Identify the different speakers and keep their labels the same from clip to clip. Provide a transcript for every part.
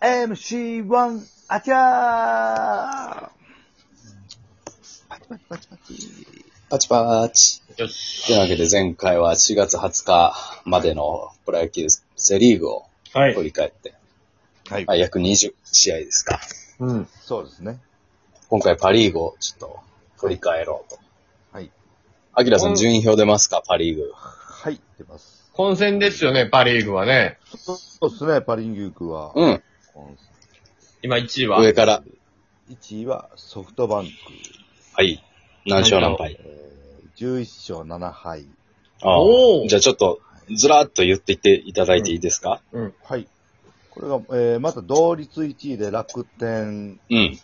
Speaker 1: 4MC1 アキャーパチパチパチパチ。
Speaker 2: パチパチ。
Speaker 3: よし。
Speaker 2: というわけで前回は4月20日までのプロ野球セリーグを
Speaker 3: は
Speaker 2: 振
Speaker 3: い。
Speaker 2: り返って、
Speaker 1: はい
Speaker 2: まあ、約20試合ですか。
Speaker 1: うん、そうですね。
Speaker 2: 今回パリーグをちょっと振り返ろうと。
Speaker 1: はい。
Speaker 2: アキラさん順位表出ますかパリーグ。
Speaker 1: はい、出ます。
Speaker 3: 混戦ですよね、パリーグはね。
Speaker 1: そうですね、パリンギュークは。
Speaker 2: うん。
Speaker 3: 今1位は。
Speaker 2: 上から。
Speaker 1: 1位はソフトバンク。
Speaker 2: はい。何勝何敗。
Speaker 1: えー、11勝7敗。
Speaker 2: あ
Speaker 3: お
Speaker 2: あ
Speaker 3: ー
Speaker 2: じゃあちょっと、ずらーっと言っていっていただいていいですか、
Speaker 1: はい。これが、えー、また同率1位で楽天
Speaker 2: うん、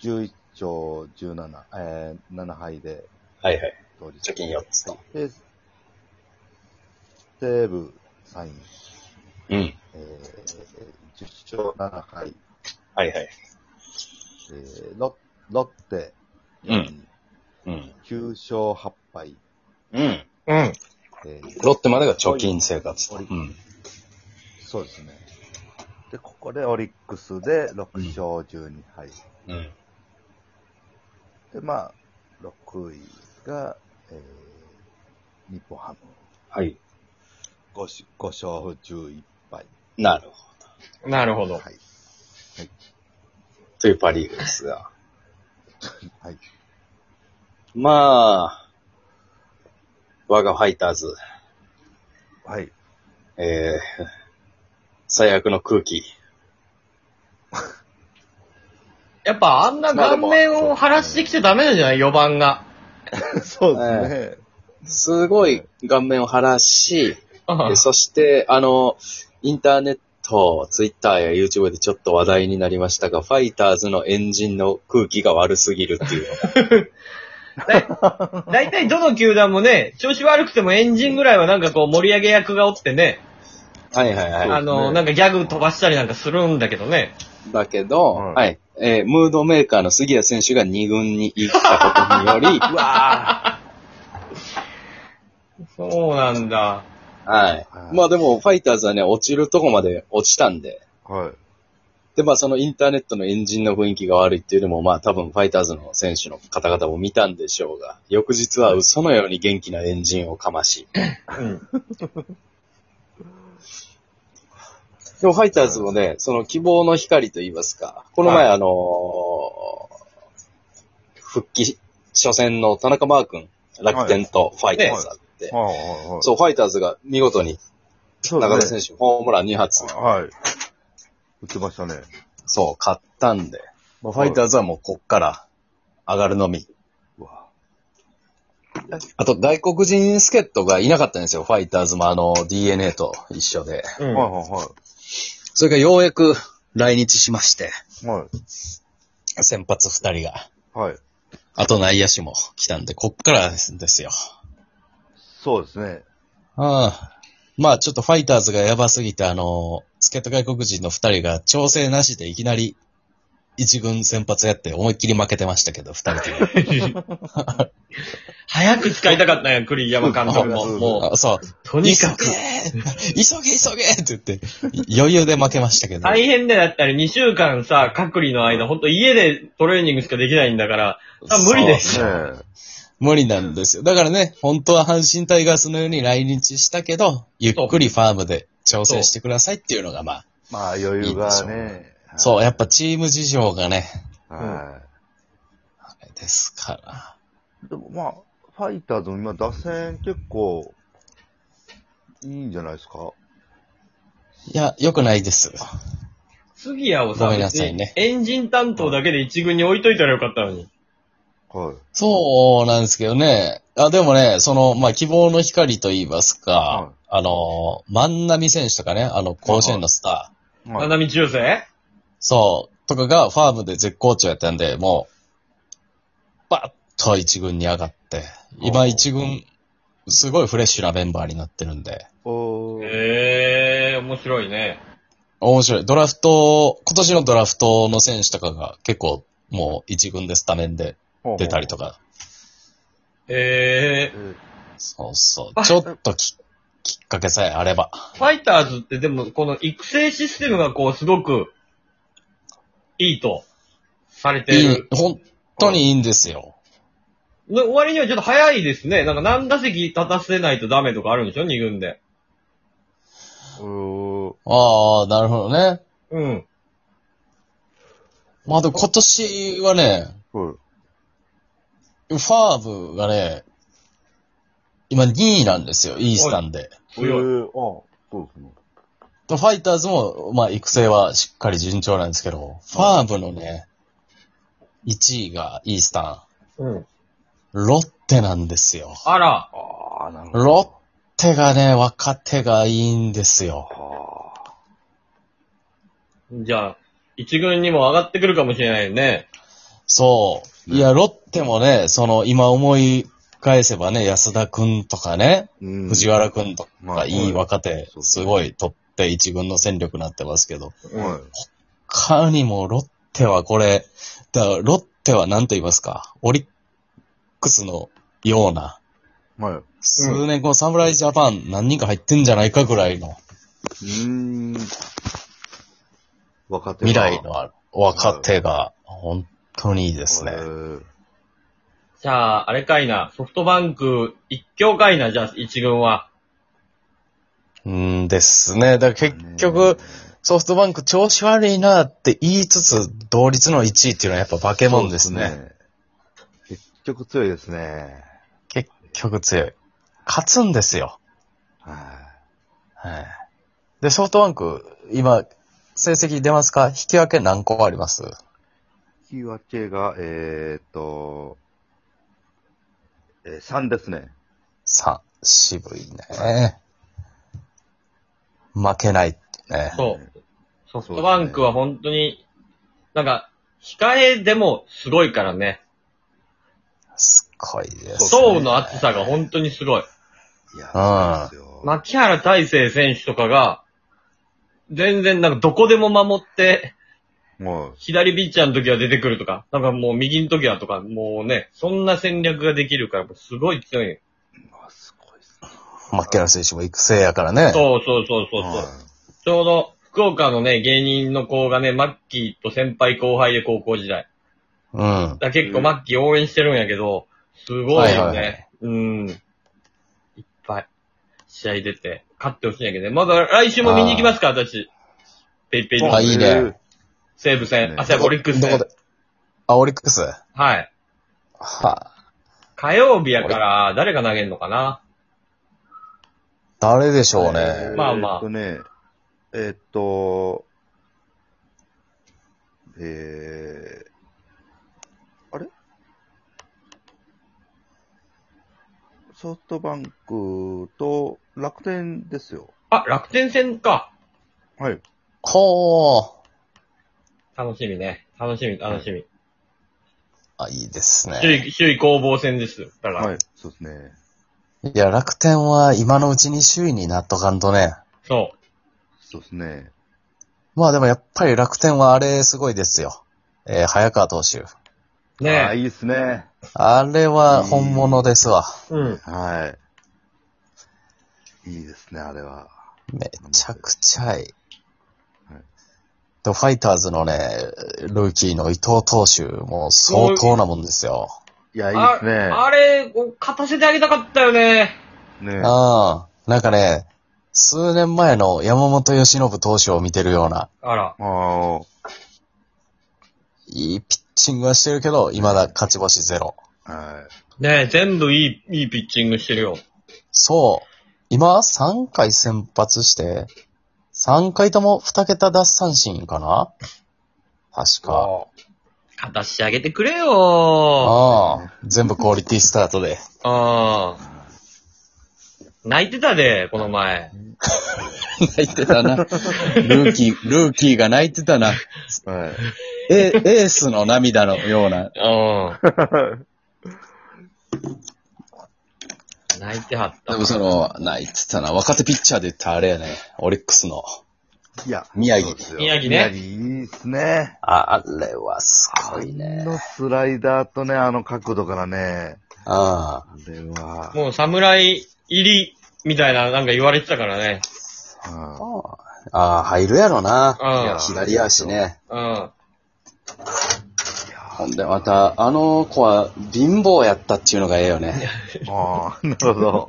Speaker 1: 11勝17、えー、7敗で
Speaker 2: はいはい。
Speaker 1: 同率。
Speaker 2: 貯金4つと。
Speaker 1: で、西武3位、
Speaker 2: うん。
Speaker 1: えー、10勝7敗、
Speaker 2: はいはい。
Speaker 1: えー、ロロッテ
Speaker 2: う
Speaker 1: 4
Speaker 2: ん
Speaker 1: 位、
Speaker 2: うん。
Speaker 1: 9勝8敗、
Speaker 2: うん。
Speaker 3: うん。
Speaker 1: えー、
Speaker 2: ロッテまでが貯金生活と。
Speaker 1: は
Speaker 2: う
Speaker 1: い
Speaker 2: ん。
Speaker 1: そうですね。で、ここでオリックスで6勝12敗。
Speaker 2: うん。
Speaker 1: で、まあ、6位が、えー、日本ハム。
Speaker 2: はい。
Speaker 1: 5, 五勝11敗。
Speaker 2: なるほど。
Speaker 3: なるほど。
Speaker 1: はい。
Speaker 2: というパリーグですが。
Speaker 1: はい。
Speaker 2: まあ、我がファイターズ、
Speaker 1: はい。
Speaker 2: えー、最悪の空気。
Speaker 3: やっぱあんな顔面を晴らしてきちゃダメなんじゃない ?4 番が。
Speaker 1: そうですね。
Speaker 2: すごい顔面を晴らし、でそして、あの、インターネット、ツイッターや YouTube でちょっと話題になりましたが、ファイターズのエンジンの空気が悪すぎるっていうのが。
Speaker 3: だいたいどの球団もね、調子悪くてもエンジンぐらいはなんかこう盛り上げ役がおってね、
Speaker 2: はいはいはい。
Speaker 3: あの、なんかギャグ飛ばしたりなんかするんだけどね。
Speaker 2: だけど、
Speaker 1: うん
Speaker 2: はい。えームードメーカーの杉谷選手が2軍に行ったことにより、
Speaker 1: うわ
Speaker 3: そうなんだ。
Speaker 2: はい。まあでも、ファイターズはね、落ちるとこまで落ちたんで、
Speaker 1: ーはい。
Speaker 2: で、まあそのインターネットのエンジンの雰囲気が悪いっていうのも、まあ多分ファイターズの選手の方々も見たんでしょうが、翌日は嘘のように元気なエンジンをかまし。
Speaker 3: うん。
Speaker 2: でもファイターズもね、その希望の光と言いますか、この前
Speaker 3: は
Speaker 2: あのー復帰初戦の田中マー君、楽天とファイターズあって、
Speaker 1: はいはいはい。
Speaker 2: そう、ファイターズが見事に
Speaker 1: そう
Speaker 2: 中田
Speaker 1: ですね
Speaker 2: 選手ホームラン2発、
Speaker 1: はい。打ってましたね。
Speaker 2: そう、勝ったんで、まあファイターズはもうこっから上がるのみ。
Speaker 1: うわ
Speaker 2: あと、外国人助っ人がいなかったんですよ。ファイターズもあの、DNA と一緒で。
Speaker 3: う
Speaker 1: はい
Speaker 3: ん。
Speaker 1: は
Speaker 2: それがようやく来日しまして、
Speaker 1: いはい。
Speaker 2: 先発二人が。
Speaker 1: はい。はい。
Speaker 2: あと内野手も来たんで、こっからですよ。
Speaker 1: そうですね。
Speaker 2: ああまあ、ちょっとファイターズがやばすぎて、あの、助っ人外国人の二人が調整なしでいきなり一軍先発やって思いっきり負けてましたけど、二人 とも
Speaker 3: 早く使いたかったんや、栗山監督も。も
Speaker 2: あそう。
Speaker 3: う、とにかく
Speaker 2: 急。げ急げ急げって言って、余裕で負けましたけど。
Speaker 3: 大変だよ。だったり2週間さ、隔離の間、ほんと家でトレーニングしかできないんだから、あ無理です
Speaker 1: ねえ。
Speaker 2: 無理なんですよ。だからね、本当は阪神タイガースのように来日したけど、ゆっくりファームで調整してくださいっていうのが、まあ、
Speaker 1: まあ余裕がね。
Speaker 2: そう、
Speaker 1: はい
Speaker 2: やっぱチーム事情がね、
Speaker 1: は
Speaker 2: あれですから。
Speaker 1: い。でもまあ、ファイターズも今打線結構、いいんじゃないですか
Speaker 2: いや、良くないです。
Speaker 3: 杉谷をさ、
Speaker 2: ごめんなさいね
Speaker 3: 別にエンジン担当だけで一軍に置いといたらよかったのに。
Speaker 1: はい。
Speaker 2: そうなんですけどね。あ、でもね、その、まあ、希望の光と言いますか、
Speaker 1: はい
Speaker 2: あの、万波選手とかね、あの、甲子園のスター、
Speaker 1: はい
Speaker 3: 花見中世
Speaker 2: そう、とかがファームで絶好調やったんで、もう、バッと一軍に上がって、今一軍、すごいフレッシュなメンバーになってるんで、
Speaker 1: おー
Speaker 3: へえー、面白いね。
Speaker 2: 面白い。ドラフト、今年のドラフトの選手とかが結構もう一軍でスタメンで出たりと
Speaker 1: か。
Speaker 2: か、
Speaker 3: へえ
Speaker 1: えー
Speaker 2: そうそう、ちょっとききっかけさえあれば。
Speaker 3: ファイターズってでも、この育成システムがこう、すごく、いいと、されて
Speaker 2: い
Speaker 3: る
Speaker 2: い。、本当にいいんですよ。
Speaker 3: で終わりにはちょっと早いですね。なんか何打席立たせないとダメとかあるんでしょ二軍で。
Speaker 1: う
Speaker 2: ああ、なるほどね。
Speaker 3: うん。
Speaker 2: まあでも今年はね、
Speaker 1: ー、
Speaker 2: ファーブがね、今2位なんですよ、イースタンで。
Speaker 1: うん。うん。あ、そうですね。
Speaker 2: ファイターズも、まあ育成はしっかり順調なんですけど、ファーブのね、1位がイースタ
Speaker 3: うん。
Speaker 2: ン、ロッテなんですよ。
Speaker 3: あら。
Speaker 1: ああ、なるほど。
Speaker 2: ロッテがね、若手がいいんですよ。
Speaker 1: あ
Speaker 3: じゃあ、一軍にも上がってくるかもしれないね。
Speaker 2: そう。いや、ロッテもね、その、今思い返せばね、安田くんとかね、
Speaker 1: ーうん
Speaker 2: 藤原くんと
Speaker 1: ま
Speaker 2: か、
Speaker 1: あ
Speaker 2: いい若手
Speaker 1: そ、う
Speaker 2: すごい取って一軍の戦力になってますけど、
Speaker 1: はい。
Speaker 2: かにもロッテはこれ、だからロッテは何と言いますか、オリックスのような、
Speaker 1: はい。う
Speaker 2: 数年後、侍ジャパン何人か入ってんじゃないかぐらいの
Speaker 1: ーん。若手が
Speaker 2: 未来のある若手が、本当にいいですね。
Speaker 1: えー
Speaker 3: じゃあ、あれかいな。ソフトバンク一強かいな、じゃあ、一軍は。
Speaker 2: うんですね。だから結局、ソフトバンク調子悪いなって言いつつ、同率の1位っていうのはやっぱ化け物ですね。
Speaker 1: そうですね。結局強いですね。
Speaker 2: 結局強い。勝つんですよ。
Speaker 1: は
Speaker 2: はい。で、ソフトバンク、今、成績出ますか引き分け何個あります
Speaker 1: い。引き分けが、えーっと、えー、3ですね。
Speaker 2: ?3。渋いね。負けないってね。
Speaker 3: そう。ソフトバンクは本当に、なんか、控えでもすごいからね。
Speaker 2: すっごいです、
Speaker 3: 層の厚さが本当にすごい。
Speaker 1: いや、
Speaker 2: あー
Speaker 1: そうですよ。
Speaker 3: 牧原大成選手とかが、全然なんかどこでも守って、
Speaker 1: もう、
Speaker 3: 左ピッチャーの時は出てくるとか、なんかもう右の時はとか、もうね、そんな戦略ができるから、すごい強い。
Speaker 1: あすごいですね。
Speaker 2: 負けない選手も育成やからね。
Speaker 3: そうそうそうそうそう。
Speaker 1: は
Speaker 3: ちょうど、福岡のね、芸人の子がね、マッキーと先輩後輩で高校時代。
Speaker 2: うん。
Speaker 3: だから結構マッキー応援してるんやけど、すごいよ
Speaker 2: はいはいはい
Speaker 3: ね。うん。いっぱい、試合出て、勝ってほしいんやけどね。まだ来週も見に行きますか、私。ペイペイ
Speaker 2: あいいね。
Speaker 3: 西武戦
Speaker 1: ね、
Speaker 3: あ、じゃあオリックス
Speaker 2: どこ
Speaker 3: 戦
Speaker 2: で。あ、オリックスは
Speaker 3: はい。
Speaker 2: あ
Speaker 3: 火曜日やから、誰が投げんのかな
Speaker 2: 誰でしょう
Speaker 1: え
Speaker 2: ね
Speaker 1: ー。
Speaker 3: まあま
Speaker 1: えーっ
Speaker 3: あ
Speaker 1: とね、えーっと、えー、あれソフトバンクと楽天ですよ。
Speaker 3: あ、楽天戦か。
Speaker 1: はい。
Speaker 2: ほー。
Speaker 3: 楽しみね。楽しみ、楽しみ。
Speaker 2: あ、いいですね。
Speaker 3: 首位、首位攻防戦ですよ。だから、
Speaker 1: はい。そうですね。
Speaker 2: いや、楽天は今のうちに首位になっとかんとね。
Speaker 3: そう。
Speaker 1: そうですね。
Speaker 2: まあでもやっぱり楽天はあれすごいですよ。えー早川投手。
Speaker 1: ああ、
Speaker 3: ね
Speaker 1: いいですね。
Speaker 2: あれは本物ですわ。
Speaker 3: うん。
Speaker 1: はい。いいですね、あれは。
Speaker 2: めちゃくちゃ
Speaker 1: は
Speaker 2: いい
Speaker 1: い。
Speaker 2: とファイターズのね、ルーキーの伊藤投手も相当なもんですよ。
Speaker 1: いや、いい
Speaker 3: あ
Speaker 1: ですね。
Speaker 3: あれ、勝たせてあげたかったよね。
Speaker 1: ね
Speaker 2: ああ、なんかね、数年前の山本由伸投手を見てるような、
Speaker 3: あら。
Speaker 1: ああ、
Speaker 2: いいピッチングはしてるけど、未だ勝ち星ゼロ。
Speaker 1: はい。
Speaker 3: ね全部いい、いいピッチングしてるよ。
Speaker 2: そう。今、3回先発して、3回とも2桁奪三振かな確か。
Speaker 3: 勝たせてあげてくれよ
Speaker 2: ああ、全部クオリティスタートで。
Speaker 3: ああ。泣いてたで、この前。
Speaker 2: 泣いてたな。ルーキー、ルーキーが泣いてたな。
Speaker 1: はい。
Speaker 2: え、エースの涙のような。
Speaker 3: うん。泣いてはった
Speaker 2: で。もその、泣いてたな。若手ピッチャーで言ったらあれやね。オリックスの。
Speaker 1: いや、
Speaker 2: 宮城
Speaker 1: そうですよ
Speaker 3: 宮城ね
Speaker 1: 宮城、いいっすね。
Speaker 2: あ、あれはす
Speaker 1: あ
Speaker 2: ごいね。
Speaker 1: のスライダーとね、あの角度からね、
Speaker 2: ああ。
Speaker 1: あれは、
Speaker 3: もう侍入りみたいな、なんか言われてたからね。
Speaker 1: うん
Speaker 2: ああ、入るやろ
Speaker 3: うんい
Speaker 2: な
Speaker 3: や。
Speaker 2: 左足ね。
Speaker 3: うん。
Speaker 2: ほんで、また、あの子は貧乏やったっていうのがええよね。
Speaker 1: ああ、なるほど。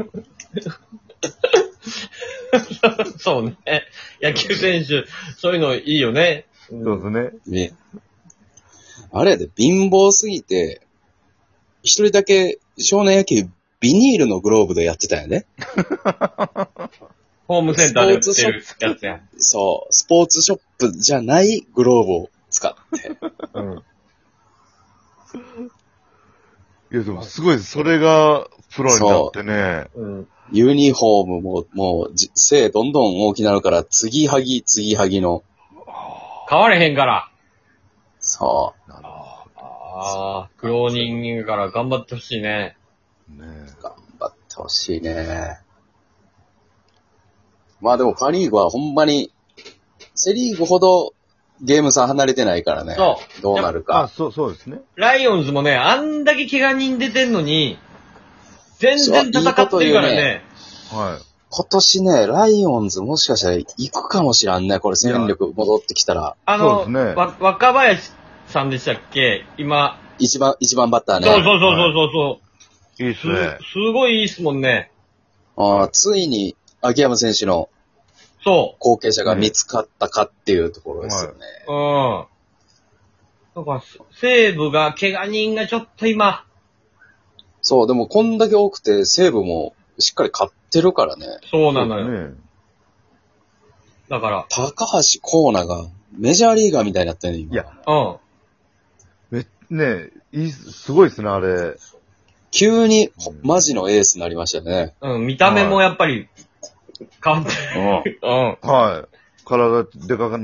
Speaker 3: そうね。野球選手、そういうのいいよね。
Speaker 1: そうですね。
Speaker 2: ね。あれやで、貧乏すぎて、一人だけ少年野球ビニールのグローブでやってたんやね。
Speaker 3: ホームセンターで売ってるやつやん。
Speaker 2: そう、スポーツショップじゃないグローブを使って。
Speaker 1: うん。いや、でもすごいです、それがプロになってね。
Speaker 3: うん。
Speaker 2: ユニフォームも、もうじ、背どんどん大きなるから、継ぎはぎ、継ぎはぎの。
Speaker 3: 買われへんから。
Speaker 2: そ
Speaker 1: なるほ
Speaker 3: ああ、苦労人から頑張ってほしいね。
Speaker 1: どね。
Speaker 2: う、頑張ってほしいね。まあでもパリーグはほんまに、セリーグほどゲーム差離れてないからね。
Speaker 3: そ
Speaker 2: どうなるか
Speaker 1: あ、。そう、そうですね。
Speaker 3: ライオンズもね、あんだけ怪我人出てんのに、全然戦ってるから
Speaker 2: そういいこと言う
Speaker 3: ね。
Speaker 1: は
Speaker 2: 今年ね、ライオンズもしかしたら行くかもしらんね。これ戦力戻ってきたら。
Speaker 3: あ
Speaker 1: そ
Speaker 3: の、
Speaker 1: うですね
Speaker 3: わ若林さんでしたっけ今。
Speaker 2: 一番、一番バッター
Speaker 3: そう
Speaker 2: ね。
Speaker 3: そうそうそうそ
Speaker 1: い。いいっ
Speaker 3: う。
Speaker 1: す
Speaker 3: す
Speaker 1: ね。
Speaker 3: すごいいいっすもんね。
Speaker 2: あーついに、秋山選手の
Speaker 3: そ
Speaker 2: 後継者が見つかったかっていうところですよね。
Speaker 3: う。うん。だから、西武が、怪我人がちょっと今、
Speaker 2: そう、でもこんだけ多くて、西武もしっかり勝ってるからね。
Speaker 3: そ
Speaker 1: そ
Speaker 3: うなのよ。
Speaker 1: うですね。
Speaker 3: だか
Speaker 2: 高橋コーナがメジャーリーガーみたいになったね、今。
Speaker 1: いや、
Speaker 3: ら、うん。
Speaker 1: め、ねいいっす、すごいですね、あれ。
Speaker 2: 急に
Speaker 1: うん
Speaker 2: マジのエースになりましたよね。
Speaker 3: う ん、見た目もやっぱり、変わってる。うん。
Speaker 1: はい。体でかく